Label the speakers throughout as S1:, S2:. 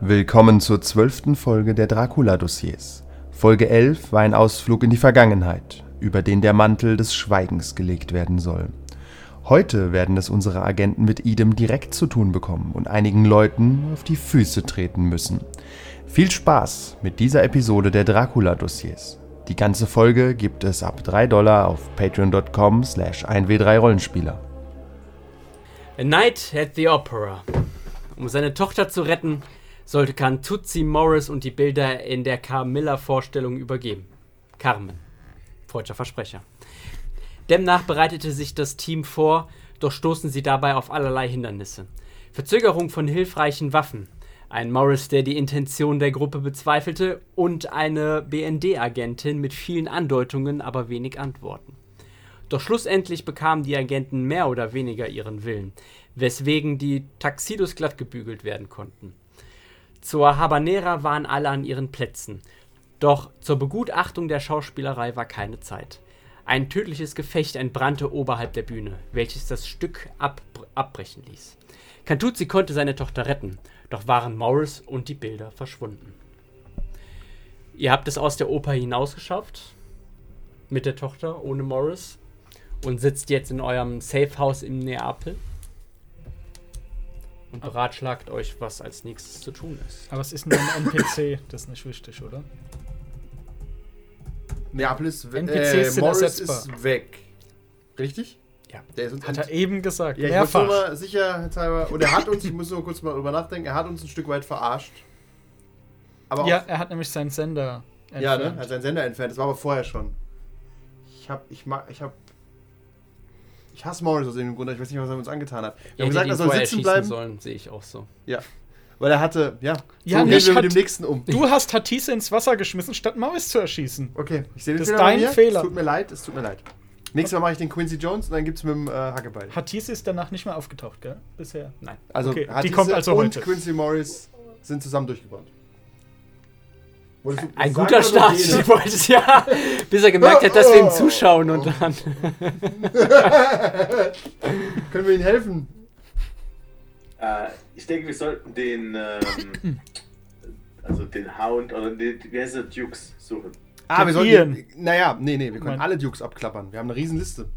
S1: Willkommen zur zwölften Folge der Dracula-Dossiers. Folge 11 war ein Ausflug in die Vergangenheit, über den der Mantel des Schweigens gelegt werden soll. Heute werden es unsere Agenten mit Idem direkt zu tun bekommen und einigen Leuten auf die Füße treten müssen. Viel Spaß mit dieser Episode der Dracula-Dossiers. Die ganze Folge gibt es ab 3 Dollar auf patreon.com slash 1w3rollenspieler.
S2: A Night at the Opera. Um seine Tochter zu retten, sollte Khan Tutsi Morris und die Bilder in der Carmilla-Vorstellung übergeben. Carmen. Freudscher Versprecher. Demnach bereitete sich das Team vor, doch stoßen sie dabei auf allerlei Hindernisse. Verzögerung von hilfreichen Waffen, ein Morris, der die Intention der Gruppe bezweifelte, und eine BND-Agentin mit vielen Andeutungen, aber wenig Antworten. Doch schlussendlich bekamen die Agenten mehr oder weniger ihren Willen, weswegen die Taxidos glatt gebügelt werden konnten. Zur Habanera waren alle an ihren Plätzen, doch zur Begutachtung der Schauspielerei war keine Zeit. Ein tödliches Gefecht entbrannte oberhalb der Bühne, welches das Stück ab abbrechen ließ. Cantuzzi konnte seine Tochter retten, doch waren Morris und die Bilder verschwunden. Ihr habt es aus der Oper hinausgeschafft, mit der Tochter, ohne Morris, und sitzt jetzt in eurem Safehouse in Neapel und
S3: Ah.
S2: beratschlagt euch, was als nächstes zu tun ist.
S4: Aber es ist nur ein NPC, das ist nicht wichtig, oder?
S3: Neapel ist weg.
S4: NPCs sind
S3: äh, Morris
S4: ersetzbar.
S3: ist weg. Richtig?
S2: Ja.
S3: Der ist uns
S4: Hat
S3: ent-
S4: er eben gesagt.
S3: ja, ich muss nur
S4: mehrfach.
S3: mal sicherheitshalber. Und er hat uns, ich muss nur kurz mal drüber nachdenken, er hat uns ein Stück weit verarscht. Aber
S4: Ja, er hat nämlich seinen Sender
S3: auch,
S4: entfernt.
S3: ja ne? Hat seinen Sender entfernt. Das war aber vorher schon. Ich hab. Ich mag. Ich hab. Ich hasse Morris aus irgendeinem Grund. Ich weiß nicht, was er uns angetan hat. Wir haben gesagt, er soll sitzen bleiben,
S2: sollen, sehe ich auch so.
S3: weil er hatte. Ja.
S4: Ja,
S3: so
S4: mich
S3: gehen wir
S4: hat-
S3: mit dem nächsten um.
S4: Du hast Hatise ins Wasser geschmissen, statt Maus zu erschießen.
S3: Okay, ich sehe den
S4: Das
S3: Fehler
S4: ist
S3: bei
S4: dein
S3: mir.
S4: Fehler.
S3: Es tut mir leid, es tut mir leid. Nächstes Mal mache ich den Quincy Jones und dann gibt's mit dem äh, Hackebeil.
S4: Hatise ist danach nicht mehr aufgetaucht, gell? Bisher.
S3: Also
S4: Okay, die
S3: Hatisse
S4: kommt also
S3: und
S4: heute.
S3: Quincy Morris sind zusammen durchgebrannt. Wolltest du-
S2: Ein
S3: sagen
S2: guter
S3: oder so
S2: Start,
S3: jeder?
S2: ich wollte es ja, bis er gemerkt hat, dass wir ihm zuschauen und dann.
S3: Können wir ihnen helfen?
S5: Äh, ich denke, wir sollten den, ähm, also den Hound oder den, wie heißt der, Dukes suchen.
S3: Ah,
S4: Den
S3: wir sollten.
S4: Ian.
S3: Naja, nee, nee, wir können
S4: Mann.
S3: alle Dukes abklappern. Wir haben eine Riesenliste.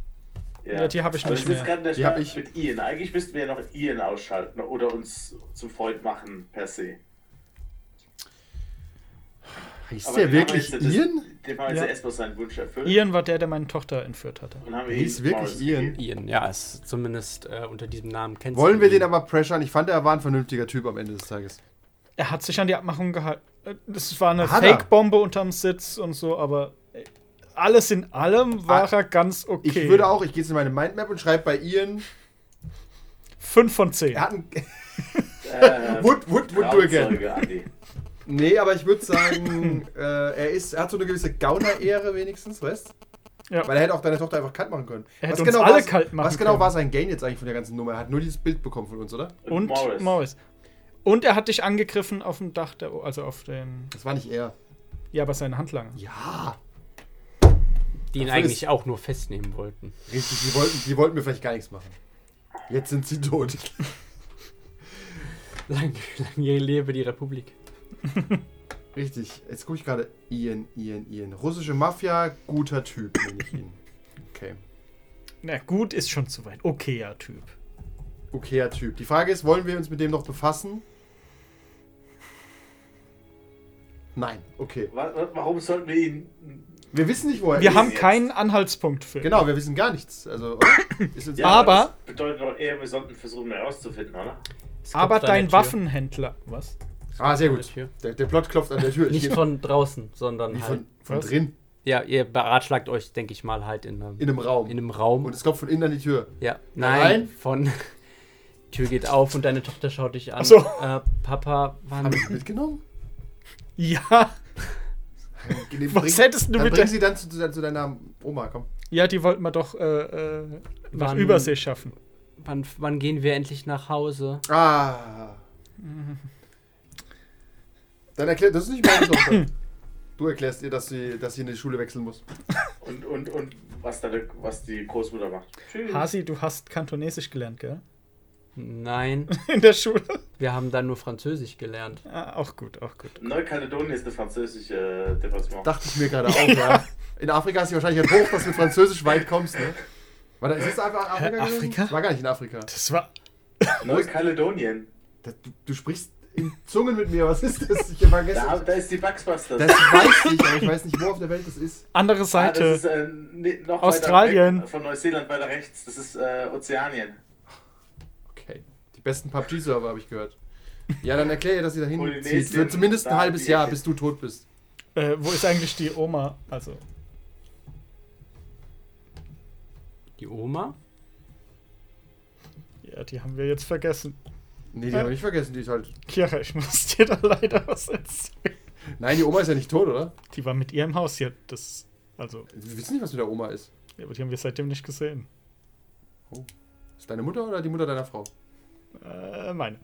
S4: Ja, die hab ich
S5: Aber
S4: nicht
S5: das
S4: mehr.
S5: ist gerade der
S3: Die hab
S5: Start
S3: ich-
S5: mit Ian. Eigentlich müssten wir ja noch Ian ausschalten oder uns zum Freund machen, per se.
S3: Heißt
S5: Aber
S3: der
S5: den haben wir
S3: wirklich
S5: jetzt- das-
S3: Ian?
S5: Dem haben wir
S4: Ja.
S5: jetzt erstmal seinen Wunsch erfüllt.
S4: Ian war der, der meine Tochter entführt hatte.
S5: Und haben wir
S3: Der hieß
S5: ihm
S3: wirklich
S5: Morris
S3: Ian.
S5: gegeben.
S2: Ian, ja, ist zumindest äh, unter diesem Namen kennst
S3: Wollen
S2: du
S3: wir
S2: ihn.
S3: den aber pressuren? Ich fand, er war ein vernünftiger Typ am Ende des Tages.
S4: Er hat sich an die Abmachung gehalten. Äh, Das war eine
S3: Hat er.
S4: Fake-Bombe unterm Sitz und so, aber äh, alles in allem war er ganz okay.
S3: Ah, Ich würde auch, ich gehe jetzt in meine Mindmap und schreibe bei Ian.
S4: 5 von 10.
S3: Er hat einen.
S5: Äh,
S3: Would, would, would do again.
S5: Trauzeuge, Andi.
S3: Nee, aber ich würde sagen, äh, er, ist, er hat so eine gewisse Gauner-Ehre wenigstens, weißt
S4: Ja.
S3: Weil er hätte auch deine Tochter einfach kalt machen können.
S4: Er hätte uns alle
S3: war's-
S4: kalt machen
S3: Was genau
S4: können.
S3: war sein Gain jetzt eigentlich von der ganzen Nummer? Er hat nur dieses Bild bekommen von uns, oder?
S4: Und Morris. Und er hat dich angegriffen auf dem Dach, der, also auf dem.
S3: Das war nicht er.
S4: Ja, aber seine Handlanger.
S3: Ja,
S2: die ihn
S3: Ach, das-
S2: eigentlich auch nur festnehmen wollten.
S3: richtig. Die wollten, die wollten mir vielleicht gar nichts machen. Jetzt sind sie tot.
S2: Lang, lang lebe die Republik.
S3: Richtig. Jetzt gucke ich gerade. Ian, Ian, Ian. Russische Mafia, guter Typ, nenne ich ihn. Okay.
S4: Na gut, ist schon zu weit. Okayer Typ.
S3: Okayer Typ. Die Frage ist, wollen wir uns mit dem noch befassen? Nein. Okay.
S5: Wa- wa- Warum sollten wir ihn.
S3: Wir wissen nicht, wo er
S4: Wir
S3: ist.
S4: haben
S5: jetzt.
S4: keinen Anhaltspunkt für.
S3: Genau, wir wissen gar nichts. Also, oder? ist uns
S4: Ja. Aber-
S5: das bedeutet doch eher, wir sollten versuchen, herauszufinden, oder?
S2: Es
S4: Aber
S2: klopft an der
S4: dein
S2: Tür.
S4: Waffenhändler. Was?
S3: Ah, sehr
S2: An der
S3: gut.
S2: Tür.
S3: Der, der Plot klopft an der Tür. Ich
S2: Nicht
S3: geh-
S2: von draußen, sondern
S3: wie
S2: halt.
S3: von, von
S4: Was?
S3: drin,
S2: Ja, ihr beratschlagt euch, denke ich mal, halt in einem,
S3: in einem Raum.
S2: in einem Raum.
S3: Und es klopft von innen an die Tür.
S2: ja,
S3: Nein.
S2: nein, von. Tür geht auf und deine Tochter schaut dich an.
S4: Ach so.
S2: Äh, Papa, wann.
S3: Haben sie mitgenommen?
S4: Ja.
S3: Bring-
S4: Was hättest du
S3: dann
S4: mit
S3: bring
S4: der-
S3: sie dann zu, zu, zu deiner Oma, komm.
S4: Ja, die wollten wir doch äh, äh, nach
S2: Wann-
S4: Übersee schaffen.
S2: wann, wann gehen wir endlich nach Hause?
S3: Ah. Dann erklärt, das ist nicht meine Tochter. Du erklärst ihr, dass sie, dass sie in die Schule wechseln muss.
S5: Und, und, und was, deine, was die Großmutter macht. Tschüss.
S4: Hasi, du hast Kantonesisch gelernt, gell?
S2: Nein,
S4: in der Schule?
S2: wir haben dann nur Französisch gelernt.
S4: Ah, auch gut, auch gut.
S5: Neukaledonien ist eine französische äh, Departement.
S3: Dachte ich mir gerade auch, ja. In Afrika ist die Wahrscheinlichkeit hoch, dass du mit Französisch weit kommst, ne? Warte, ist es einfach Afrika?
S4: Äh,
S3: gewesen?
S4: Afrika?
S3: War gar nicht in Afrika.
S4: Das war.
S5: Neukaledonien.
S3: Das, du, du sprichst in Zungen mit mir, was ist das? Ich hab
S5: Da,
S3: vergessen.
S5: da ist die Bugsbusters.
S3: Das weiß ich, aber ich weiß nicht, wo auf der Welt das ist.
S4: Andere
S5: Ah, das
S4: Seite.
S5: ist, äh, ne- noch
S4: Australien.
S5: Weiter weg von Neuseeland weiter rechts. Das ist äh, Ozeanien.
S3: Okay. Die besten PUBG-Server habe ich gehört. Ja, dann erklär ihr, dass ihr dahin
S5: Polynesien,
S3: zieht. Für zumindest ein
S5: da
S3: halbes
S5: die
S3: Jahr,
S5: Ecke.
S3: bis du tot bist.
S4: äh, wo ist eigentlich die Oma? Also,
S2: Die Oma?
S4: ja, die haben wir jetzt vergessen.
S3: Nee, die habe ich nicht vergessen, die ist halt.
S4: Kira, ich muss dir da leider was erzählen.
S3: Nein, die Oma ist ja nicht tot, oder?
S4: Die war mit ihr im Haus, die hat das. Also,
S3: Wir wissen nicht, was mit der Oma ist.
S4: ja, aber die haben wir seitdem nicht gesehen.
S3: Ist deine Mutter oder die Mutter deiner Frau?
S4: Äh, meine.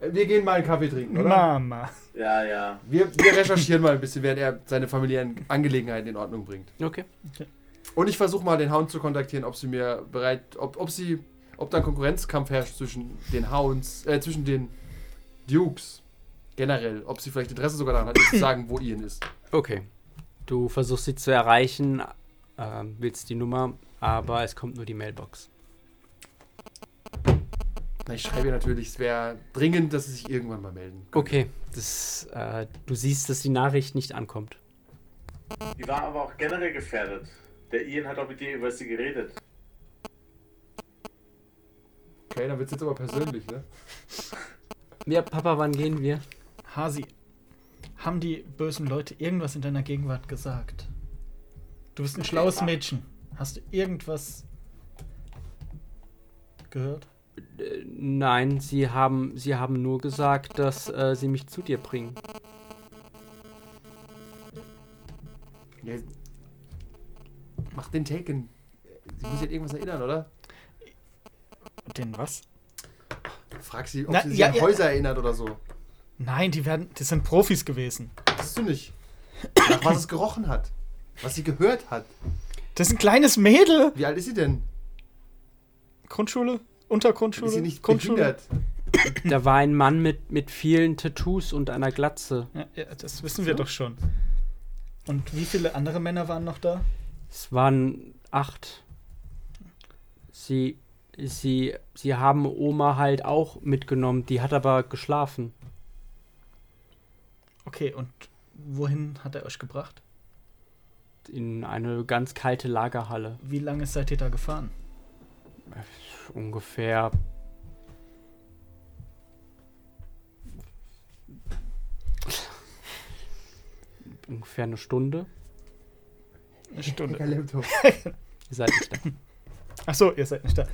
S3: Äh, Wir gehen mal einen Kaffee trinken, oder?
S4: Mama.
S5: Ja, ja.
S3: Wir, wir recherchieren mal ein bisschen, während er seine familiären Angelegenheiten in Ordnung bringt.
S2: Okay.
S3: Und ich versuche mal den Hound zu kontaktieren, ob sie mir bereit, ob, ob sie, ob da ein Konkurrenzkampf herrscht zwischen den Hounds, äh, zwischen den Dukes generell, ob sie vielleicht Interesse sogar daran hat, zu sagen, wo Ian ist.
S2: Okay. Du versuchst sie zu erreichen, ähm, willst die Nummer, aber es kommt nur die Mailbox.
S3: Na, ich schreibe ihr natürlich, es wäre dringend, dass sie sich irgendwann mal melden. können.
S2: Okay, das, äh, du siehst, dass die Nachricht nicht ankommt.
S5: Die war aber auch generell gefährdet. Der Ian hat auch mit dir über sie geredet.
S3: Okay, dann wird's jetzt aber persönlich, ne?
S2: Ja, Papa, wann gehen wir?
S4: Hasi, haben die bösen Leute irgendwas in deiner Gegenwart gesagt? Du bist ein schlaues Mädchen. Hast du irgendwas gehört?
S2: Äh, Nein, sie haben, sie haben nur gesagt, dass äh, sie mich zu dir bringen.
S3: Ja. Mach den Taken. Sie muss sich an irgendwas erinnern, oder?
S4: Den was?
S3: Frag sie, ob
S4: Na,
S3: sie sich
S4: ja,
S3: an
S4: ja.
S3: Häuser erinnert oder so.
S4: Nein, die werden, die sind Profis gewesen.
S3: Weißt du nicht. Nach was es gerochen hat. Was sie gehört hat.
S4: Das ist ein kleines Mädel.
S3: Wie alt ist sie denn?
S4: Grundschule, Untergrundschule,
S3: Ist sie nicht
S4: Grundschule.
S3: behindert?
S2: Da war ein Mann mit, mit vielen Tattoos und einer Glatze.
S4: Ja, ja, das wissen wir doch schon. Und wie viele andere Männer waren noch da?
S2: Es waren acht. Sie, sie, sie haben Oma halt auch mitgenommen, die hat aber geschlafen.
S4: Okay, und wohin hat er euch gebracht?
S2: In eine ganz kalte Lagerhalle.
S4: Wie lange seid ihr da gefahren?
S2: Ungefähr. Ungefähr eine Stunde.
S4: Eine Stunde.
S3: Dicker Laptop.
S2: Ihr seid nicht da.
S4: Achso, ihr seid nicht da.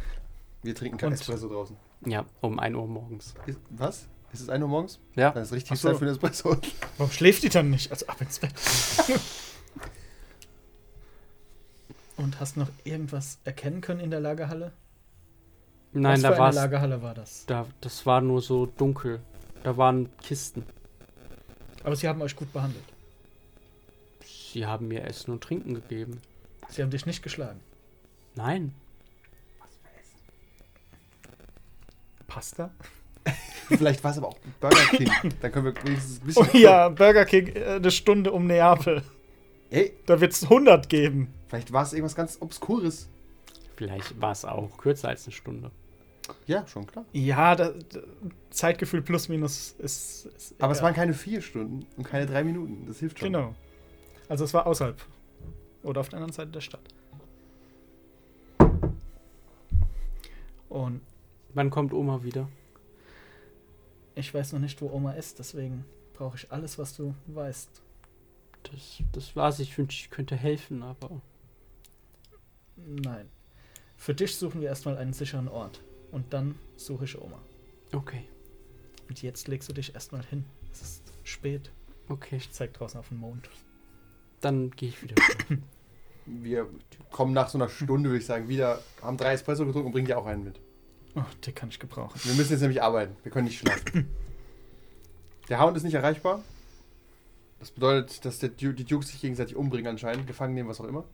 S3: Wir trinken keinen
S4: Und-
S3: Espresso draußen.
S2: Ja, um 1 Uhr morgens.
S3: Ist, was? Ist es 1 Uhr morgens?
S2: Ja.
S3: Dann ist richtig
S4: Ach so.
S3: Zeit für den Espresso.
S4: Warum schläft die dann nicht? Also ab ins Bett. Und hast noch irgendwas erkennen können in der Lagerhalle?
S2: Nein,
S4: Was
S2: da
S4: für
S2: war
S4: eine
S2: es.
S4: Lagerhalle war das?
S2: Da, das war nur so dunkel. Da waren Kisten.
S4: Aber sie haben euch gut behandelt.
S2: Sie haben mir Essen und Trinken gegeben.
S4: Sie haben dich nicht geschlagen.
S2: Nein.
S4: Pasta?
S3: Vielleicht war es aber auch Burger King. Dann können wir wenigstens ein
S4: Oh
S3: bisschen.
S4: ja, Burger King, äh, eine Stunde um Neapel.
S3: Ey,
S4: Da wird's 100 geben.
S3: vielleicht war es irgendwas ganz Obskures.
S2: Vielleicht war es auch kürzer als eine Stunde.
S3: Ja, schon klar.
S4: Ja, da, da, Zeitgefühl plus minus ist. ist
S3: Aber es
S4: ja,
S3: waren keine vier Stunden und keine drei Minuten. Das hilft schon.
S4: Genau. Also es war außerhalb. Oder auf der anderen Seite der Stadt. Und
S2: Wann kommt Oma wieder?
S4: ich weiß noch nicht, wo Oma ist, deswegen brauche ich alles, was du weißt.
S2: Das, das war's. Ich wünschte, ich könnte helfen, aber.
S4: Nein. Für dich suchen wir erstmal einen sicheren Ort. Und dann suche ich Oma.
S2: Okay,
S4: Und jetzt legst du dich erstmal hin. Es ist spät.
S2: okay.
S4: Ich zeig draußen auf den Mond.
S2: Dann gehe ich wieder.
S3: Wir kommen nach so einer Stunde, würde ich sagen, wieder, haben drei Espresso getrunken und bringen dir auch einen mit.
S4: Oh, den kann ich gebrauchen.
S3: Wir müssen jetzt nämlich arbeiten. Wir können nicht schlafen. Der Hound ist nicht erreichbar. Das bedeutet, dass der Du- die Dukes sich gegenseitig umbringen anscheinend, gefangen nehmen, was auch immer.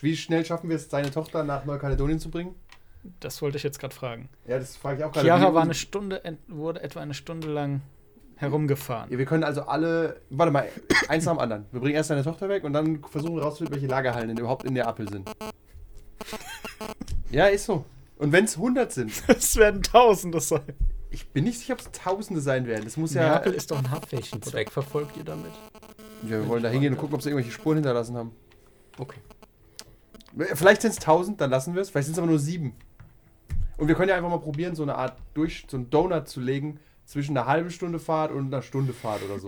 S3: Wie schnell schaffen wir es, seine Tochter nach Neukaledonien zu bringen?
S4: Das wollte ich jetzt gerade fragen.
S3: Ja, das frage ich auch gerade.
S4: Chiara
S3: Wie-
S4: war eine Stunde, ent- wurde etwa eine Stunde lang herumgefahren.
S3: Ja, wir können also alle. Warte mal, eins nach dem anderen. Wir bringen erst deine Tochter weg und dann versuchen wir rauszufinden, welche Lagerhallen denn überhaupt in Neapel sind. Ja, ist so. Und wenn es 100 sind,
S4: Es werden Tausende sein.
S3: ich bin nicht sicher, ob es Tausende sein werden. Das muss ja.
S4: Neapel ist doch ein Hub.
S2: Welchen Zweck verfolgt ihr damit?
S3: ja wir wollen da hingehen und gucken, ob sie irgendwelche Spuren hinterlassen haben.
S2: Okay.
S3: Vielleicht sind es 1000, dann lassen wir es. Vielleicht sind es aber nur sieben. Und wir können ja einfach mal probieren, so eine Art durch, so einen Donut zu legen zwischen einer halben Stunde Fahrt und einer Stunde Fahrt oder so.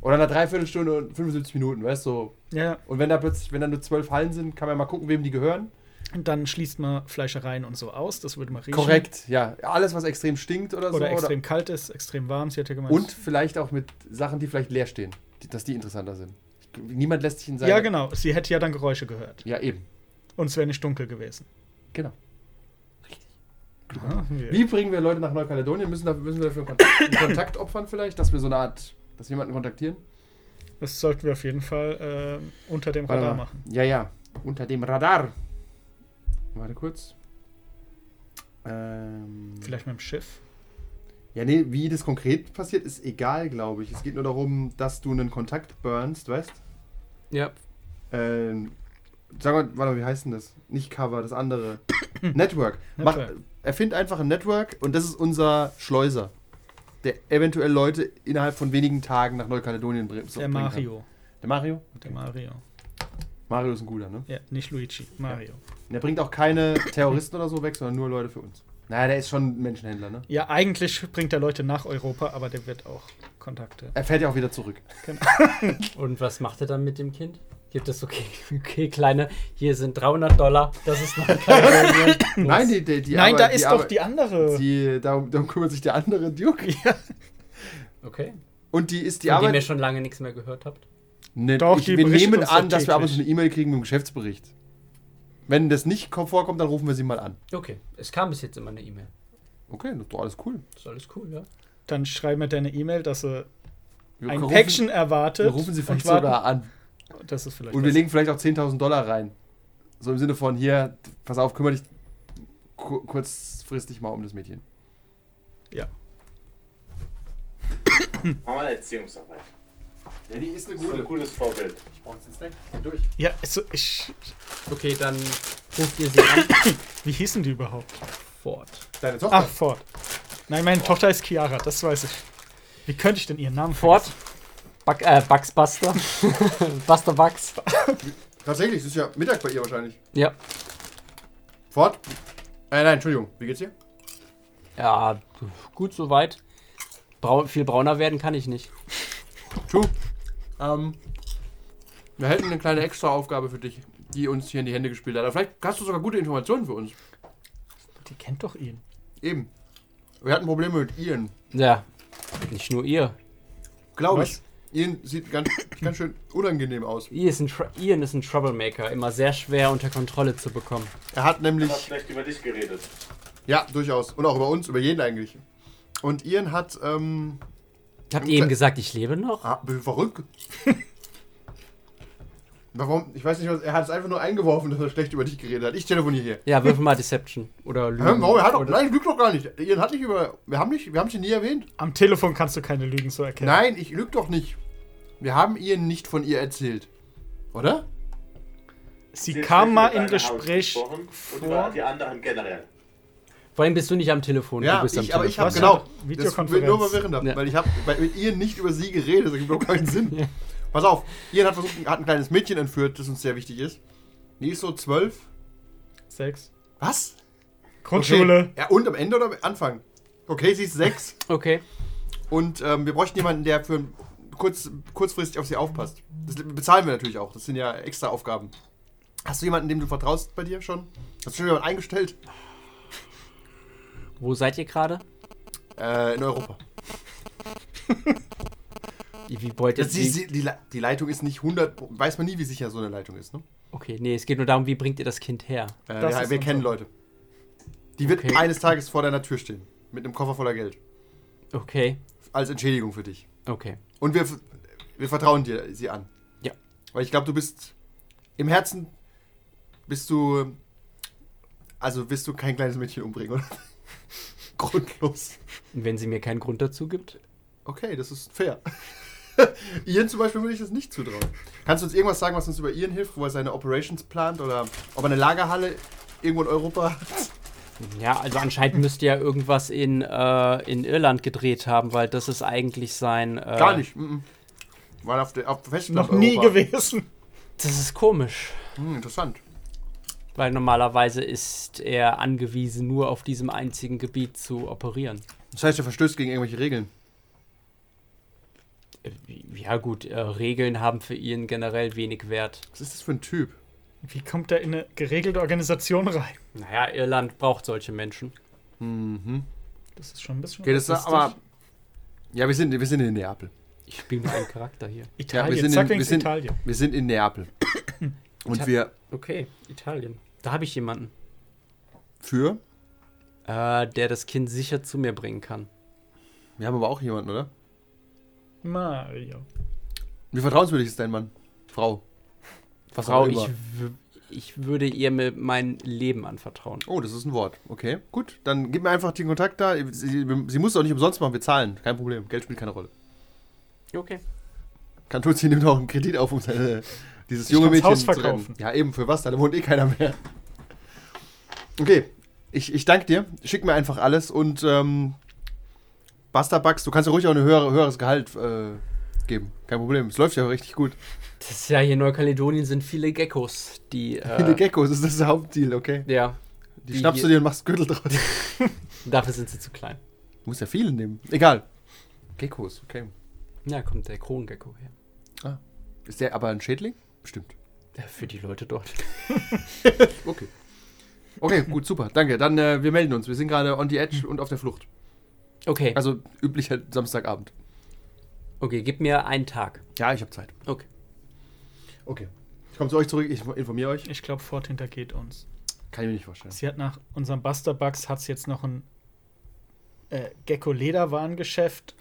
S3: oder einer Dreiviertelstunde und 75 Minuten, weißt du? So.
S4: Ja,
S3: Und wenn da plötzlich, wenn da nur zwölf Hallen sind, kann man mal gucken, wem die gehören.
S4: und dann schließt man Fleischereien und so aus. Das würde man riechen.
S3: Korrekt, ja. Alles, was extrem stinkt oder,
S4: Also, Oder
S3: so.
S4: extrem kalt ist, extrem warm. Sie hat ja gemeint.
S3: und vielleicht auch mit Sachen, die vielleicht leer stehen, die, dass die interessanter sind. Ich- Niemand lässt sich in seine.
S4: Ja, genau. Sie hätte ja dann Geräusche gehört.
S3: Ja, eben.
S4: Und es wäre nicht dunkel gewesen.
S3: Genau.
S4: Ah, wir-
S3: Wie bringen wir Leute nach Neukaledonien? Müssen, da, müssen wir dafür einen Kontakt, einen Kontakt opfern vielleicht, dass wir so eine Art, dass wir jemanden kontaktieren?
S4: Das sollten wir auf jeden Fall äh, unter dem
S3: Warte
S4: Radar
S3: mal.
S4: machen.
S3: Ja, ja. Unter dem Radar. Warte kurz. Ähm,
S4: Vielleicht mit dem Schiff.
S3: Ja, nee, wie das konkret passiert, ist egal, glaube ich. Es geht nur darum, dass du einen Kontakt burnst, weißt?
S2: Ja,
S3: Ähm, sag mal, warte mal, wie heißt denn das? Nicht Cover, das andere. Network. Mach,
S4: Network.
S3: erfind einfach ein Network und das ist unser Schleuser, der eventuell Leute innerhalb von wenigen Tagen nach Neukaledonien br- so-
S4: Der
S3: bringen kann.
S4: Äh, Mario.
S3: Der Mario?
S4: Der Mario.
S3: Mario ist ein guter, ne?
S4: Ja, nicht Luigi. Mario.
S3: Und der bringt auch keine Terroristen oder so weg, sondern nur Leute für uns. Naja, der ist schon ein Menschenhändler, ne?
S4: Ja, eigentlich bringt er Leute nach Europa, aber der wird auch Kontakte.
S3: Er fährt ja auch wieder zurück.
S2: und was macht er dann mit dem Kind? Gibt es okay, okay, kleine, hier sind 300 Dollar, das ist noch kein
S3: Nein, die, die, die
S4: Nein,
S3: Arbeit-
S4: da ist doch
S3: Arbeit-
S4: die andere.
S3: Die, darum, darum kümmert sich der andere Duke.
S2: Okay.
S3: Und die ist die
S2: Von dem ihr
S3: Arbeit.
S2: schon lange nichts mehr gehört habt.
S3: Ne,
S4: Doch,
S3: ich,
S4: die
S3: wir
S4: berichten
S3: nehmen
S4: uns
S3: an,
S4: doch
S3: dass wir ab und zu eine
S4: täglich.
S3: E-Mail kriegen mit dem Geschäftsbericht. Wenn das nicht ko- vorkommt, dann rufen wir sie mal an.
S2: Okay, es kam bis jetzt immer eine E-Mail.
S3: Okay, das ist doch alles cool.
S2: Ist alles cool, ja?
S4: Dann schreib mir deine E-mail, dass sie
S3: Wir
S4: ein
S3: rufen-
S4: Päckchen erwartet.
S3: Wir rufen sie
S4: und
S3: vielleicht
S4: warten-
S3: sogar an.
S4: Das ist vielleicht.
S3: Und wir
S4: was.
S3: legen vielleicht auch 10.000 Dollar rein. So im Sinne von hier, pass auf, kümmere dich ku- kurzfristig mal um das Mädchen.
S4: ja.
S5: Mach mal Erziehungsarbeit.
S3: Ja, die ist eine
S5: Das ist ein gutes Vorbild.
S3: Ich brauche jetzt nicht. Durch.
S4: ja, also ich.
S2: Okay, dann ruft ihr sie an.
S4: Wie hießen die überhaupt?
S2: Fort.
S3: Deine Tochter.
S4: Ach, Ford. Nein, meine Tochter ist Chiara, das weiß ich. Wie könnte ich denn ihren Namen
S2: Fort. Bug, äh, Bugsbuster. Buster Bugs.
S3: Tatsächlich, es ist ja Mittag bei ihr wahrscheinlich.
S2: Ja.
S3: Fort. Äh, nein, Entschuldigung. Wie geht's dir?
S2: Ja, gut soweit. Brau viel brauner werden kann ich nicht.
S3: True. Ähm, wir hätten eine kleine Extra-Aufgabe für dich, die uns hier in die Hände gespielt hat. Aber vielleicht hast du sogar gute Informationen für uns.
S4: Die kennt doch ihn.
S3: Eben. Wir hatten Probleme mit Ian.
S2: Ja. Nicht nur ihr.
S3: Glaube
S4: Was?
S3: ich. Ian sieht ganz, ganz schön unangenehm aus.
S2: Ian ist, ein Tr- Ian ist ein Troublemaker, immer sehr schwer unter Kontrolle zu bekommen.
S3: Er hat
S5: Ich habe
S3: nämlich,
S5: schlecht über dich geredet.
S3: ja, durchaus. Und auch über uns, über jeden eigentlich. Und Ian hat, ähm,
S2: Habt ihr ihm gesagt, ich lebe noch?
S3: ah, bin verrückt. Warum? Ich weiß nicht, was. Er hat es einfach nur eingeworfen, dass er schlecht über dich geredet hat. Ich telefoniere hier.
S2: Ja, würfel mal Deception. Oder Lügen.
S3: Hä, warum? Er hat doch,
S2: oder-
S3: nein, lügt doch gar nicht. Ian hat nicht über. Wir haben nicht, wir haben sie nie erwähnt.
S4: Am Telefon kannst du keine Lügen so erkennen.
S3: Nein, ich lüge doch nicht. Wir haben Ian nicht von ihr erzählt. Oder?
S4: Sie
S5: Sie hat
S4: kam
S5: schlecht
S4: mal
S5: über
S4: im
S5: deine Haus
S4: Gespräch
S5: gesprochen Und über
S4: vor.
S5: die anderen generell.
S2: Vor allem bist du nicht am Telefon, du bist am
S3: ich, aber ich
S2: Telefon.
S3: habe
S4: Was?
S3: genau. Das wird
S4: Videokonferenz.
S3: nur verwirrender,
S2: Ja.
S3: weil ich habe mit Ian nicht über sie geredet, das ergibt überhaupt keinen Sinn. Pass auf, Ian hat versucht, hat ein kleines Mädchen entführt, das uns sehr wichtig ist. Die ist so zwölf.
S4: Sechs.
S3: Was?
S4: Grundschule.
S3: Okay. Ja, und am Ende oder am Anfang? Okay, sie ist sechs
S2: Okay.
S3: und ähm, wir bräuchten jemanden, der für kurz, kurzfristig auf sie aufpasst. Das bezahlen wir natürlich auch. Das sind ja extra Aufgaben. Hast du jemanden, dem du vertraust bei dir schon? Hast du schon jemanden eingestellt?
S2: Wo seid ihr gerade?
S3: Äh, in Europa.
S2: Wie beutet
S3: Das, die, die, Also die, Le- die Leitung ist nicht 100, Pro- weiß man nie, wie sicher so eine Leitung ist. Ne?
S2: Okay, nee, es geht nur darum, wie bringt ihr das Kind her?
S3: Äh,
S4: Das
S3: wir
S4: ist
S3: wir
S4: unser-
S3: kennen Leute. Die wird
S2: Okay.
S3: eines Tages vor deiner Tür stehen. Mit einem Koffer voller Geld.
S2: Okay,
S3: Als Entschädigung für dich.
S2: okay.
S3: Und wir, f- wir vertrauen dir sie an.
S2: Ja.
S3: Weil ich glaube, du bist im Herzen bist du Also willst du kein kleines Mädchen umbringen, oder? Grundlos.
S2: Und wenn sie mir keinen Grund dazu gibt?
S3: Okay, das ist fair. Ian zum Beispiel würde ich das nicht zutrauen. Kannst du uns irgendwas sagen, was uns über Ian hilft, wo er seine Operations plant oder ob er eine Lagerhalle irgendwo in Europa hat?
S2: Ja, also anscheinend müsste ja irgendwas in, äh, in Irland gedreht haben, weil das ist eigentlich sein. Äh,
S3: Gar nicht. mhm. War auf der auf der Festland
S4: Noch nie
S3: Europa.
S4: gewesen.
S2: Das ist komisch,
S3: Hm, interessant.
S2: weil normalerweise ist er angewiesen, nur auf diesem einzigen Gebiet zu operieren.
S3: Das heißt, er verstößt gegen irgendwelche Regeln.
S2: Äh, Ja, gut, äh, Regeln haben für ihn generell wenig Wert.
S3: Was ist das für ein Typ?
S4: Wie kommt er in eine geregelte Organisation rein?
S2: Naja, Irland braucht solche Menschen.
S3: Mhm.
S4: Das ist schon ein bisschen.
S3: Okay, das ist
S4: rassistisch.
S3: aber. Ja, wir sind, wir sind in Neapel.
S2: Ich spiele mit einem Charakter hier.
S3: Ja, wir
S4: Italien.
S3: sind
S4: Zack,
S3: in-
S4: links
S3: wir sind-
S4: Italien.
S3: Wir sind in Neapel. Und wir
S2: Okay, Italien. Da habe ich jemanden,
S3: für.
S2: äh, der das Kind sicher zu mir bringen kann.
S3: Wir haben aber auch jemanden, oder?
S4: Mario.
S3: Wie vertrauenswürdig ist dein Mann? Frau. Was
S2: Frau,
S3: auch
S2: ich,
S3: immer.
S2: w- ich würde ihr mir mein Leben anvertrauen.
S3: Oh, das ist ein Wort. Okay, gut. Dann gib mir einfach den Kontakt da. Sie, sie, sie muss es auch nicht umsonst machen. Wir zahlen. Kein Problem. Geld spielt keine Rolle.
S2: Okay.
S3: Kantuzi nimmt auch einen Kredit auf, um seine, dieses
S4: Ich
S3: junge
S4: kann's
S3: Mädchen
S4: Haus
S3: zu retten.
S4: verkaufen.
S3: Ja, eben. Für was? Da wohnt eh keiner mehr. Okay. Ich, ich danke dir. Schick mir einfach alles und ähm, Basta Bugs, du kannst ja ruhig auch ein höhere, höheres Gehalt äh, geben. Kein Problem. Es läuft ja richtig gut.
S2: Das ist ja hier in Neukaledonien sind viele Geckos, die. Äh,
S3: Viele Geckos, das ist das Hauptziel, okay?
S2: Ja,
S3: Die,
S2: die
S3: schnappst du
S2: hier-
S3: dir und machst Gürtel draus. Du
S2: dafür sind sie zu klein.
S3: musst ja viele nehmen. Egal. Geckos, okay.
S2: Ja, kommt der Krongecko her.
S3: Ist der aber ein Schädling? Bestimmt.
S2: Ja, Für die Leute dort.
S3: Okay. Okay, gut, super. Danke. Dann äh, wir melden uns. Wir sind gerade on the edge und auf der Flucht.
S2: Okay,
S3: Also üblicher Samstagabend.
S2: okay, gib mir einen Tag.
S3: Ja, ich habe Zeit.
S2: Okay.
S3: Okay. Ich komme zu euch zurück. Ich informiere euch.
S4: Ich glaube, Ford hintergeht uns.
S3: Kann ich mir nicht vorstellen.
S4: Sie hat nach unserem Buster Bugs hat sie jetzt noch ein äh, Gecko Lederwarengeschäft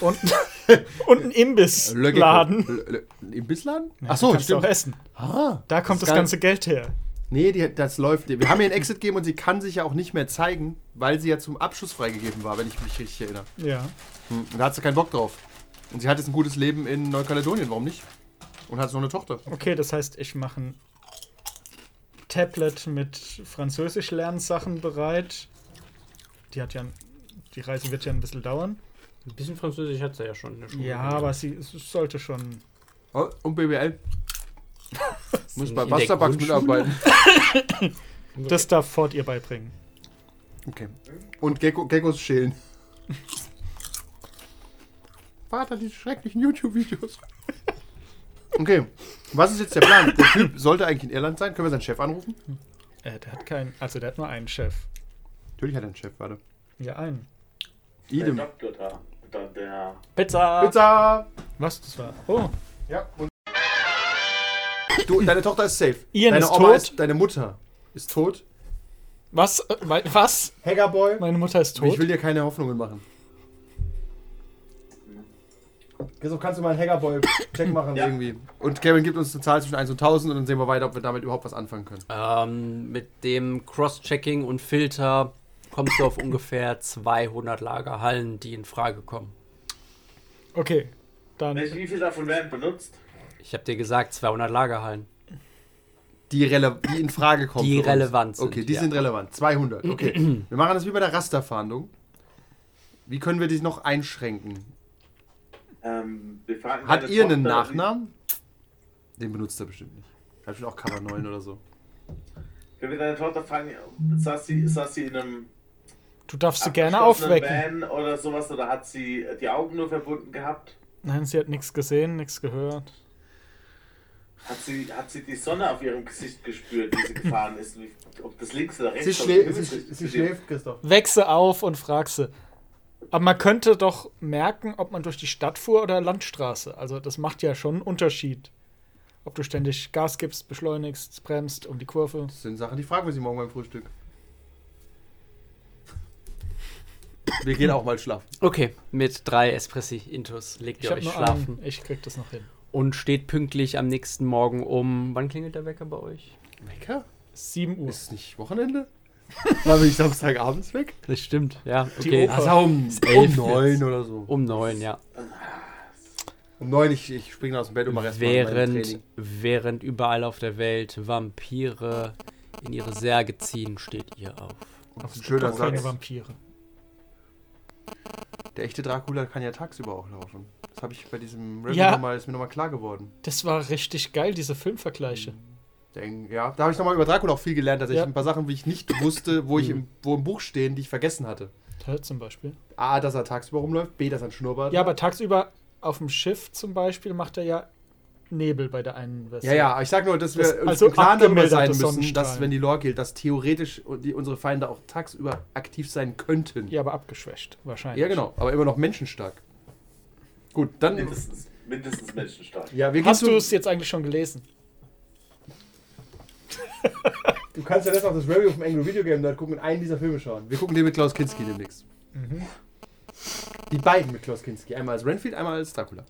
S4: und, und einen
S3: Äh,
S4: Imbissladen.
S3: Im Bissladen?
S4: Ja,
S3: Ach so,
S4: du kannst auch
S3: stimmt.
S4: essen.
S3: Ah,
S4: Da kommt das,
S3: ist gar-
S4: ganze Geld her.
S3: Nee, die, das läuft. Wir haben ihr einen Exit gegeben und sie kann sich ja auch nicht mehr zeigen, weil sie ja zum Abschluss freigegeben war, wenn ich mich richtig erinnere.
S4: Ja.
S3: Hm, Da hat sie keinen Bock drauf. Und sie hat jetzt ein gutes Leben in Neukaledonien, warum nicht? Und hat noch eine Tochter.
S4: Okay, das heißt, ich mache ein Tablet mit Französisch Lernsachen bereit. Die hat ja ein- die Reise wird ja ein bisschen dauern.
S2: Ein bisschen Französisch hat sie ja schon in der Schule.
S4: Ja, aber sie es sollte schon.
S3: Oh, und BWL. Muss
S2: Sind
S3: bei
S2: die in
S3: Buster
S2: der
S3: Bucks
S2: Grundschule?
S3: mitarbeiten.
S4: Das darf Ford ihr beibringen.
S3: Okay. Und Gecko, Geckos schälen. Vater, diese schrecklichen YouTube-Videos. Okay, was ist jetzt der Plan? Der Typ sollte eigentlich in Irland sein. Können wir seinen Chef anrufen?
S4: Äh, der hat keinen. Also der hat nur einen Chef.
S3: Natürlich hat er einen Chef, warte.
S4: Ja, einen.
S5: Der
S3: Idem.
S5: Doktor da. da der,
S2: Pizza!
S3: Pizza!
S4: Was? Das war. Oh.
S3: Ja, und du, deine Tochter ist safe.
S4: Ian
S3: deine
S4: ist tot.
S3: deine Mutter ist tot.
S4: Was? Äh, wei- Was?
S3: Haggerboy.
S4: Meine Mutter ist
S3: Ich
S4: tot.
S3: will dir keine Hoffnungen machen. Deshalb kannst du mal einen Haggerboy-Check machen
S5: Ja.
S3: irgendwie. Und Kevin gibt uns eine Zahl zwischen 1 und 1000 und dann sehen wir weiter, ob wir damit überhaupt was anfangen können.
S2: Ähm, mit dem Cross-Checking und Filter kommst du auf ungefähr 200 Lagerhallen, die in Frage kommen.
S4: Okay. Dann.
S5: Welche- wie viel davon werden benutzt?
S2: Ich habe dir gesagt, 200 Lagerhallen.
S3: Die, rele die in Frage kommen.
S2: Die
S3: für uns.
S2: relevant sind,
S3: Okay, die
S2: ja.
S3: sind relevant. 200. Okay. wir machen das wie bei der Rasterfahndung. Wie können wir dich noch einschränken?
S5: Ähm, wir fragen
S3: Hat
S5: deine
S3: ihr einen
S5: Tochter,
S3: Nachnamen? Den benutzt er bestimmt nicht. Hat bestimmt auch Cover 9 oder so.
S5: Wenn wir deine Tochter fragen, saß sie, saß sie in einem
S4: Du darfst sie gerne
S5: abgeschlossenen
S4: aufwecken.
S5: Van oder sowas oder hat sie äh, die Augen nur verbunden gehabt?
S4: Nein, sie hat nichts gesehen, nichts gehört.
S5: Hat sie, hat sie die Sonne auf ihrem Gesicht gespürt, wie sie gefahren ist? Wie, ob das links oder
S3: Sie,
S5: rechts
S3: schlä
S5: oder
S3: sie, sch- sie schläft, Christoph.
S4: Weck sie auf und frag sie. Aber man könnte doch merken, ob man durch die Stadt fuhr oder Landstraße. Also das macht ja schon einen Unterschied. Ob du ständig Gas gibst, beschleunigst, bremst um die Kurve.
S3: Das sind Sachen, die fragen wir sie morgen beim Frühstück. Wir gehen auch mal schlafen.
S2: Okay, mit drei Espressi Intus legt
S4: Ich
S2: ihr
S4: hab
S2: euch
S4: nur
S2: schlafen.
S4: einen. Ich krieg das noch hin.
S2: Und steht pünktlich am nächsten Morgen um. Wann klingelt der Wecker bei euch?
S3: Wecker?
S4: 7 Uhr.
S3: Ist es nicht Wochenende? Dann bin ich Samstagabends weg.
S2: Das stimmt, ja.
S4: Die
S2: Okay.
S4: Oper.
S3: Also um
S2: elf
S3: elf, neun oder so.
S2: Um neun, ja.
S3: Um neun, ich, ich springe aus dem Bett und mache erstmal mein
S2: Während,
S3: Training.
S2: während überall auf der Welt Vampire in ihre Särge ziehen, steht ihr auf.
S3: Das ist ein schöner
S4: Doch keine
S3: Satz.
S4: Vampire.
S3: Der echte Dracula kann ja tagsüber auch laufen. Das habe ich bei diesem Review
S4: Ja.
S3: nochmal, ist mir nochmal klar geworden.
S4: Das war richtig geil, diese Filmvergleiche.
S3: Denk, ja, da habe ich nochmal über Dracula auch viel gelernt, tatsächlich.
S4: Ja.
S3: Ein paar Sachen, wie ich nicht wusste, wo, ich im, wo im Buch stehen, die ich vergessen hatte.
S4: Hör zum Beispiel.
S3: A, dass er tagsüber rumläuft, B, dass er ein Schnurrbart
S4: Ja,
S3: hat.
S4: aber tagsüber auf dem Schiff zum Beispiel macht er ja Nebel bei der einen Version.
S3: Ja, ja, ich sag nur, dass wir
S4: Das-
S3: uns
S4: also
S3: im Klaren darüber
S4: abgemilderte
S3: sein müssen,
S4: Sonnenstrahlen.
S3: dass, wenn die Lore gilt, dass theoretisch die, unsere Feinde auch tagsüber aktiv sein könnten.
S4: Ja, aber abgeschwächt wahrscheinlich.
S3: Ja, genau, aber immer noch menschenstark. Gut, dann.
S5: Mindestens, mindestens menschenstark.
S3: Ja, wir gehen
S4: Hast
S3: zu-
S4: du es jetzt eigentlich schon gelesen?
S3: Du kannst ja jetzt auch das Review vom Angry Video Game Nerd gucken und einen dieser Filme schauen. Wir gucken den mit Klaus Kinski demnächst. Die beiden mit Klaus Kinski. Einmal als Renfield, einmal als Dracula.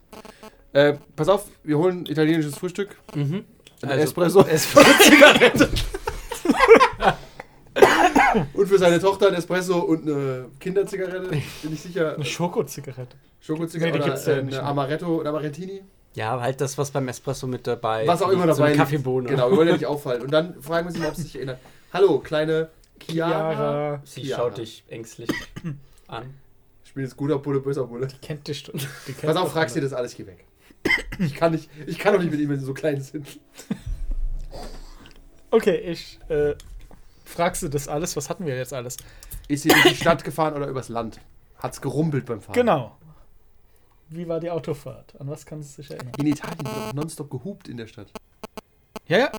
S3: Äh, pass auf, wir holen italienisches Frühstück.
S2: Mhm.
S3: Ein
S2: Also-
S3: Espresso. Espresso Zigarette. und für seine Tochter ein Espresso und eine Kinderzigarette. Bin ich sicher.
S4: Eine Schokozigarette.
S3: Schokozigarette
S4: Nee, die gibt's ja
S3: oder äh,
S4: nicht
S3: eine
S4: mehr.
S3: Amaretto oder Amarettini.
S2: Ja, halt das, was beim Espresso mit dabei
S3: Was auch immer
S2: so
S3: dabei
S2: eine
S3: liegt.
S2: Kaffeebohne.
S3: Genau, wir wollen ja nicht auffallen. Und dann fragen wir sie mal, ob sie sich erinnert. Hallo, kleine Chiara.
S4: Chiara.
S2: Sie
S3: Chiara.
S2: schaut dich ängstlich an.
S3: Spiel ist guter Bulle, böser Bulle.
S4: Kennt dich. doch- Die kennt
S3: Pass auf,
S4: doch
S3: fragst dir
S4: alle.
S3: das alles, geh weg. Ich kann nicht, ich kann doch nicht mit ihm, wenn sie so klein sind.
S4: Okay, ich äh, fragst du das alles? Was hatten wir jetzt alles?
S3: Ist sie durch die Stadt gefahren oder übers Land? Hat's gerumpelt beim Fahren?
S4: Genau. Wie war die Autofahrt? An was kannst du dich erinnern?
S3: In Italien wird doch nonstop gehupt in der Stadt.
S4: Ja, ja,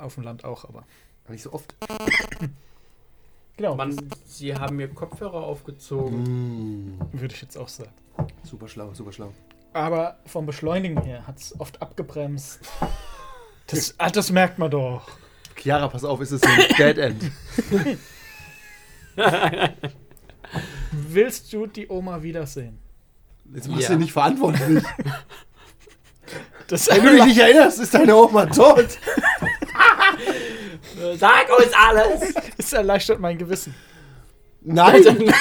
S4: auf dem Land auch, aber.
S3: Aber nicht so oft.
S4: Genau,
S2: Mann, sie haben mir Kopfhörer aufgezogen.
S4: würde ich jetzt auch sagen.
S3: Super schlau, super schlau.
S4: Aber vom Beschleunigen her hat es oft abgebremst. Das, ah, das merkt man doch.
S3: Chiara, pass auf, ist es ein Dead End.
S4: Willst du die Oma wiedersehen?
S3: Jetzt machst
S2: Ja.
S3: du ihn nicht verantwortlich.
S4: Das
S3: Wenn du dich nicht erinnerst, ist deine Oma tot.
S2: Mhm. Sag uns alles!
S4: es erleichtert mein Gewissen.
S3: Nein, deine,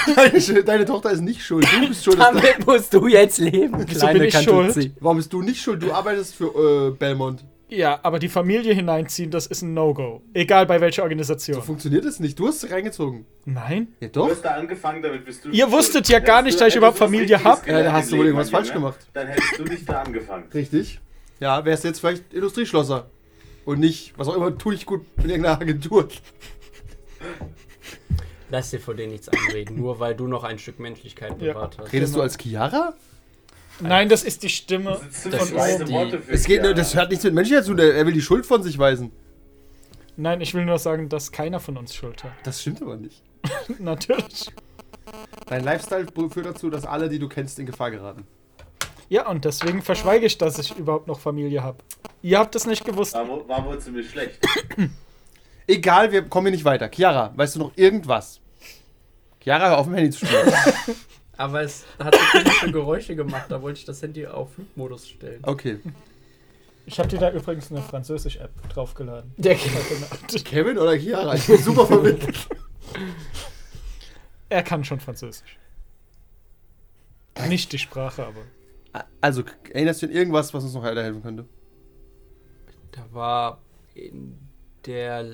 S3: deine Tochter ist nicht schuld. Du bist schuld. dass deine-
S2: Damit musst du jetzt leben,
S4: Wieso
S2: kleine
S4: bin ich
S2: Kantuzzi.
S3: Warum bist du nicht schuld? Du arbeitest für äh, Belmont.
S4: Ja, aber die Familie hineinziehen, das ist ein No-Go. Egal bei welcher Organisation.
S3: So funktioniert es nicht. Du hast sie reingezogen.
S4: Nein?
S3: Ja,
S5: Du
S3: doch.
S5: hast da angefangen, damit bist du.
S4: Ihr wusstet ja gar nicht, dass ich
S5: hättest du
S4: überhaupt
S5: was
S4: Familie
S5: Richtiges
S4: hab.
S5: gelernt
S3: Ja, da hast
S5: im
S3: du wohl
S5: Leben,
S3: irgendwas
S5: mein
S3: falsch
S5: Junge.
S3: gemacht.
S5: Dann hättest du nicht da angefangen.
S3: Richtig. Ja, wärst jetzt vielleicht Industrieschlosser. Und nicht, was auch immer, tu ich gut mit irgendeiner Agentur.
S2: Lass dir vor dir nichts anreden, nur weil du noch ein Stück Menschlichkeit
S4: Ja.
S2: bewahrt hast.
S3: Redest du als Chiara?
S4: Nein, das ist die Stimme
S5: Das sind
S2: Das
S5: das
S4: von
S2: ist
S4: oben.
S5: weise
S2: die-
S5: Worte für
S3: Es geht, ne,
S5: Chiara.
S3: das hat nichts mit Menschen zu tun. Er will die Schuld von sich weisen.
S4: Nein, ich will nur sagen, dass keiner von uns Schuld hat.
S3: Das stimmt aber nicht.
S4: Natürlich.
S3: Dein Lifestyle führt dazu, dass alle, die du kennst, in Gefahr geraten.
S4: Ja, und deswegen verschweige ich, dass ich überhaupt noch Familie habe. Ihr habt das nicht gewusst.
S5: War, wohl- war wohl ziemlich schlecht.
S3: Egal, wir kommen hier nicht weiter. Chiara, weißt du noch irgendwas? Chiara, hör auf dem Handy zu spielen.
S2: Aber es hat so komische Geräusche gemacht, da wollte ich das Handy auf Flugmodus stellen.
S3: Okay.
S4: Ich habe dir da übrigens eine Französisch-App draufgeladen.
S2: Der
S4: Heute Nacht.
S3: Kevin oder Chiara? Ich bin super verwirrt.
S4: Er kann schon Französisch. Nicht die Sprache, aber.
S3: Also, erinnerst du an irgendwas, was uns noch weiterhelfen könnte?
S2: Da war in der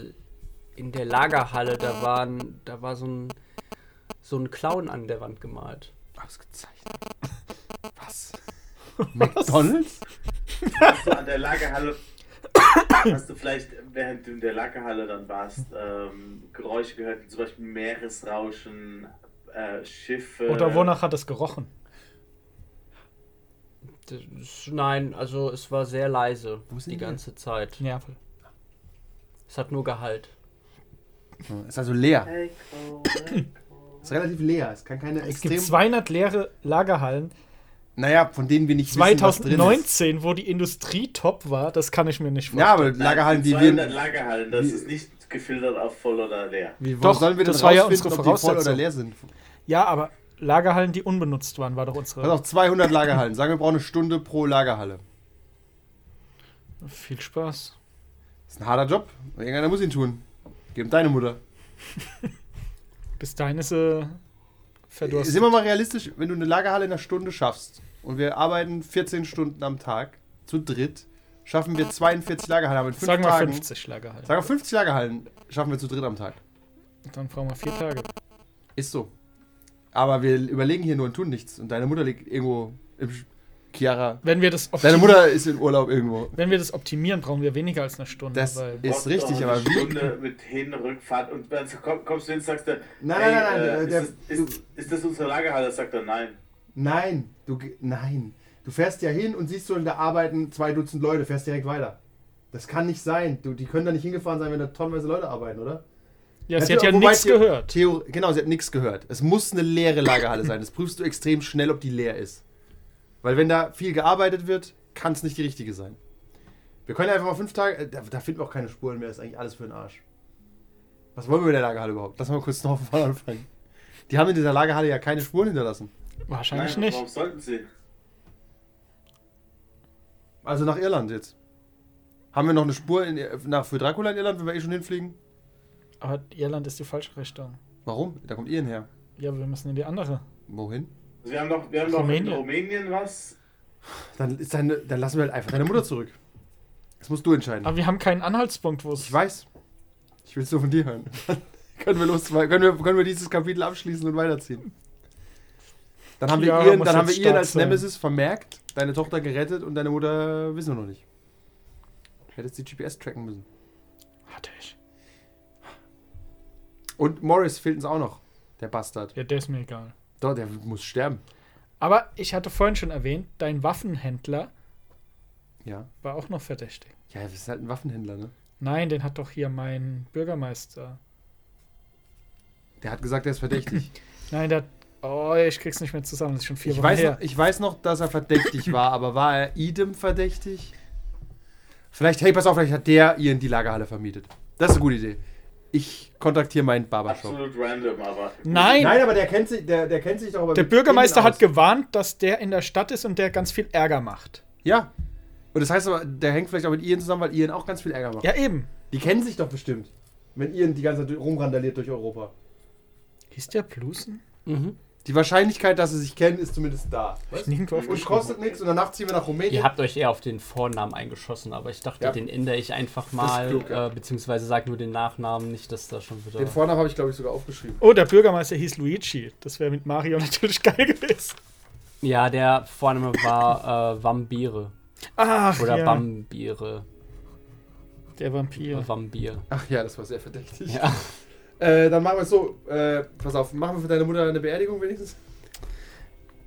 S2: in der Lagerhalle, da waren da war so ein so ein Clown an der Wand gemalt.
S3: Ausgezeichnet. Was? McDonalds?
S5: Hast du Äh, an der Lagerhalle. Hast du vielleicht, während du in der Lagerhalle dann warst, ähm, Geräusche gehört, wie zum Beispiel Meeresrauschen, äh, Schiffe.
S4: Oder wonach hat es gerochen?
S2: Das, nein, also es war sehr leise
S3: Wo sind
S2: die
S3: die?
S2: ganze Zeit.
S4: Neapel.
S2: Es hat nur Gehalt.
S3: Ist also leer.
S5: Echo, Echo.
S3: Ist relativ leer. Es kann keine
S4: Es gibt 200 leere Lagerhallen.
S3: Naja, von denen wir nicht wissen, was drin ist.
S4: 2019, wo die Industrie top war, das kann ich mir nicht
S3: Ja,
S4: vorstellen.
S3: aber Lagerhallen, die
S5: 200
S3: wir...
S5: Lagerhallen, das
S3: Wie-
S5: ist nicht gefiltert auf voll oder leer.
S3: Wie,
S4: Doch, das war ja unsere
S3: ob die voll oder
S4: Voraussetzung.
S3: leer sind?
S4: Ja, aber Lagerhallen, die unbenutzt waren, war doch unsere.
S3: Pass auf, 200 Lagerhallen. Sagen wir, wir brauchen eine Stunde pro Lagerhalle.
S4: Viel Spaß.
S3: Ist ein harter Job. Irgendeiner muss ihn tun. Gib ihm deine Mutter.
S4: Bis dahin ist äh, sie verdurstet.
S3: Sind wir mal realistisch, wenn du eine Lagerhalle in einer Stunde schaffst und wir arbeiten 14 Stunden am Tag zu dritt, schaffen wir 42 Lagerhallen. Aber in fünf
S4: Sagen wir
S3: Tagen,
S4: 50 Schlager halt.
S3: Sagen wir 50 Lagerhallen schaffen wir zu dritt am Tag.
S4: Dann brauchen wir vier Tage.
S3: Ist so. Aber wir überlegen hier nur und tun nichts. Und deine Mutter liegt irgendwo im Sch Chiara.
S4: Wenn wir das, opti-
S3: Deine Mutter ist in Urlaub irgendwo.
S4: wenn wir das optimieren, brauchen wir weniger als eine Stunde.
S3: Das
S4: weil
S3: ist- richtig,
S5: eine
S3: aber wie-
S5: Stunde mit Hin, Rückfahrt und dann komm- kommst du hin und sagst dir,
S3: Nein,
S5: hey,
S3: nein, nein,
S5: äh,
S3: der- der-
S5: ist, das, ist, ist das unsere Lagerhalle? Sagt er, nein.
S3: Nein, du ge- nein. Du fährst ja hin und siehst so, da arbeiten zwei Dutzend Leute, fährst direkt weiter. Das kann nicht sein. Du, die können da nicht hingefahren sein, wenn da tonnenweise Leute arbeiten, oder?
S4: ja,
S3: Natürlich,
S4: sie hat ja
S3: Also, wobei
S4: nichts
S3: Theo-
S4: gehört.
S3: Theo, genau, sie hat nichts gehört. Es muss eine leere Lagerhalle sein. Das prüfst du extrem schnell, ob die leer ist. Weil wenn da viel gearbeitet wird, kann es nicht die richtige sein. Wir können einfach mal fünf Tage. äh, Da, da finden wir auch keine Spuren mehr. Das ist eigentlich alles für den Arsch. Was wollen wir mit der Lagerhalle überhaupt? Lass mal kurz noch von vorne anfangen. Die haben in dieser Lagerhalle ja keine Spuren hinterlassen.
S4: Wahrscheinlich
S5: nein,
S4: nicht.
S5: Warum sollten sie?
S3: Also nach Irland jetzt. Haben wir noch eine Spur in, äh, nach, für Dracula in Irland, wenn wir eh schon hinfliegen?
S4: Aber Irland ist die falsche Richtung.
S3: Warum? Da kommt Ian her.
S4: Ja, wir müssen in die andere.
S3: Wohin?
S5: Wir haben doch, wir haben doch in
S4: Rumänien.
S5: Rumänien was.
S3: Dann, ist deine, dann lassen wir halt einfach deine Mutter zurück. Das musst du entscheiden.
S4: Aber wir haben keinen Anhaltspunkt, wo es.
S3: Ich weiß. Ich will es nur von dir hören. können wir los, können wir, können wir dieses Kapitel abschließen und weiterziehen. Dann haben wir
S4: Chiara
S3: Ian,
S4: muss
S3: dann haben wir
S4: jetzt
S3: Ian
S4: stark
S3: als
S4: sein.
S3: Nemesis vermerkt, deine Tochter gerettet und deine Mutter wissen wir noch nicht. Du hättest die GPS tracken müssen.
S4: Hatte ich.
S3: Und Morris fehlt uns auch noch. Der Bastard.
S4: Ja, der ist mir egal.
S3: Doch, der muss sterben.
S4: Aber ich hatte vorhin schon erwähnt, dein Waffenhändler
S3: Ja.
S4: war auch noch verdächtig.
S3: Ja, das ist halt ein Waffenhändler, ne?
S4: Nein, den hat doch hier mein Bürgermeister.
S3: Der hat gesagt, er ist verdächtig.
S4: Nein, der. Oh, ich krieg's nicht mehr zusammen. Das ist schon vier
S3: ich,
S4: Wochen
S3: weiß
S4: her.
S3: noch, ich weiß noch, dass er verdächtig war, aber war er Idem verdächtig? Vielleicht, hey, pass auf, vielleicht hat der Ian die Lagerhalle vermietet. Das ist eine gute Idee. Ich kontaktiere meinen Barbershop.
S5: Absolut random, aber.
S4: Nein,
S3: aber der kennt sich, der, der kennt sich doch.
S4: der Bürgermeister hat gewarnt, dass der in der Stadt ist und der ganz viel Ärger macht.
S3: Ja. Und das heißt aber, der hängt vielleicht auch mit Ian zusammen, weil Ian auch ganz viel Ärger macht.
S4: Ja, eben.
S3: Die kennen sich doch bestimmt. Wenn Ian die ganze Zeit rumrandaliert durch Europa.
S4: Hieß der Plusen?
S3: Die Wahrscheinlichkeit, dass sie sich kennen, ist zumindest da.
S4: Hab ich nirgendwo
S3: Und
S4: aufgeschrieben.
S3: kostet nichts und danach ziehen wir nach Rumänien.
S2: Ihr habt euch eher auf den Vornamen eingeschossen, aber ich dachte,
S3: Ja.
S2: den ändere ich einfach
S3: ist
S2: mal,
S3: klug, ja.
S2: äh, beziehungsweise sag nur den Nachnamen, nicht, dass da schon wieder.
S3: Den Vornamen habe ich, glaube ich, sogar aufgeschrieben.
S4: Oh, der Bürgermeister hieß Luigi. Das wäre mit Mario natürlich geil gewesen.
S2: ja, der Vorname war äh, Vampire
S4: Ach,
S2: oder
S4: ja.
S2: Bambire,
S4: der Vampir.
S2: Vampir.
S3: Ach ja, das war sehr verdächtig.
S2: Ja.
S3: Äh, dann machen wir es so. Äh, pass auf, machen wir für deine Mutter eine Beerdigung wenigstens?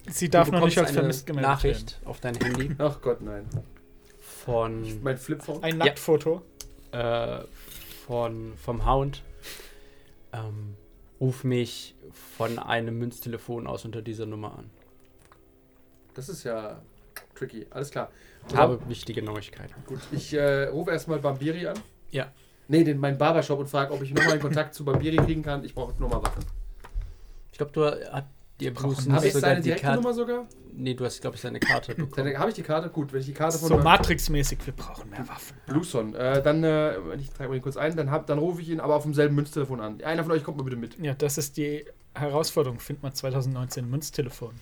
S4: Sie darf
S2: Du
S4: noch nicht
S2: bekommst
S4: als
S2: eine
S4: vermisst gemeldet werden.
S2: Nachricht auf dein Handy
S3: Ach Gott, nein.
S2: von
S3: Mein Flipphone.
S4: Ein Nacktfoto.
S2: äh, von vom Hound. Ähm, ruf mich von einem Münztelefon aus unter dieser Nummer an.
S3: Das ist ja tricky. Alles klar.
S2: Ich habe wichtige Neuigkeiten.
S3: Gut, ich äh, rufe erstmal Bambiri an.
S2: Ja.
S3: Nee, den, meinen Barbershop und frage, ob ich nochmal einen Kontakt zu Bambiri kriegen kann. Ich brauche nochmal Waffen.
S2: Ich glaube, du äh, hat dir Bruce
S3: Habe ich
S2: sogar
S3: seine
S2: die
S3: direkte
S2: Karte.
S3: Nummer sogar?
S2: Nee, du hast, glaube ich, seine Karte bekommen.
S3: Habe ich die Karte? Gut, wenn ich die Karte von
S4: So Matrix-mäßig, wir brauchen mehr Waffen.
S3: Blueson, äh, dann, äh, ich trage mal ihn kurz ein, dann, hab, dann rufe ich ihn aber auf demselben Münztelefon an. Einer von euch kommt mal bitte mit.
S4: Ja, das ist die Herausforderung. Findet man 2019 ein Münztelefon.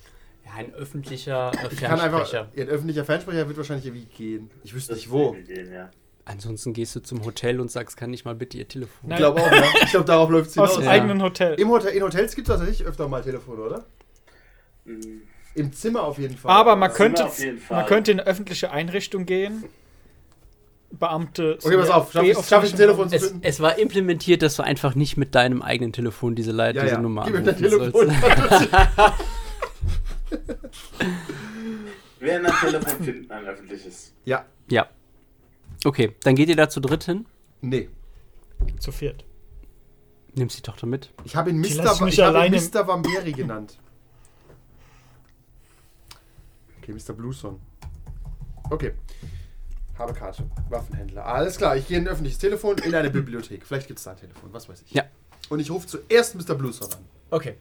S2: Ja, ein öffentlicher äh,
S3: Ich kann einfach,
S2: Fernsprecher.
S3: ihr öffentlicher Fernsprecher wird wahrscheinlich irgendwie gehen. Ich wüsste
S5: Das
S3: nicht wo.
S5: würde gehen, ja.
S2: Ansonsten gehst du zum Hotel und sagst, kann ich mal bitte ihr Telefon?
S3: Ich
S4: Nein,
S3: glaube auch, ja. Ich glaube, darauf läuft es
S4: aus
S3: hinaus.
S4: dem
S2: Ja.
S4: eigenen Hotel.
S3: Im Hotel, in Hotels gibt es tatsächlich öfter mal Telefone, oder?
S5: Mhm.
S3: Im Zimmer auf jeden Fall.
S4: Aber man
S5: Das
S4: könnte,
S5: sind wir auf jeden Fall.
S4: man könnte in eine öffentliche Einrichtung gehen. Beamte.
S3: Okay, pass auf, schaff
S4: eh
S3: ich, schaff ich ein
S4: schon-
S3: Telefon zu
S2: Es,
S3: finden?
S2: es war implementiert, dass du einfach nicht mit deinem eigenen Telefon diese, Leit diese Nummer
S3: Gib mir dein
S2: anrufen sollst.
S3: Telefon.
S5: Wer ein Telefon finden, ein öffentliches.
S3: ja,
S2: Ja. Okay, dann geht ihr da zu dritt hin,
S3: nee.
S4: Zu viert.
S2: nimmst die Tochter mit.
S3: Ich habe ihn Mr.
S4: Die lassen
S3: Va-
S4: mich
S3: ich habe ihn
S4: alleine.
S3: Mr. Vampiri genannt. Okay, Mr. Blueson. Okay. Habe Karte. Waffenhändler. Alles klar, ich gehe in ein öffentliches Telefon, in eine Bibliothek. Vielleicht gibt es da ein Telefon, was weiß ich.
S2: Ja.
S3: Und ich rufe zuerst Mr. Blueson an.
S2: Okay.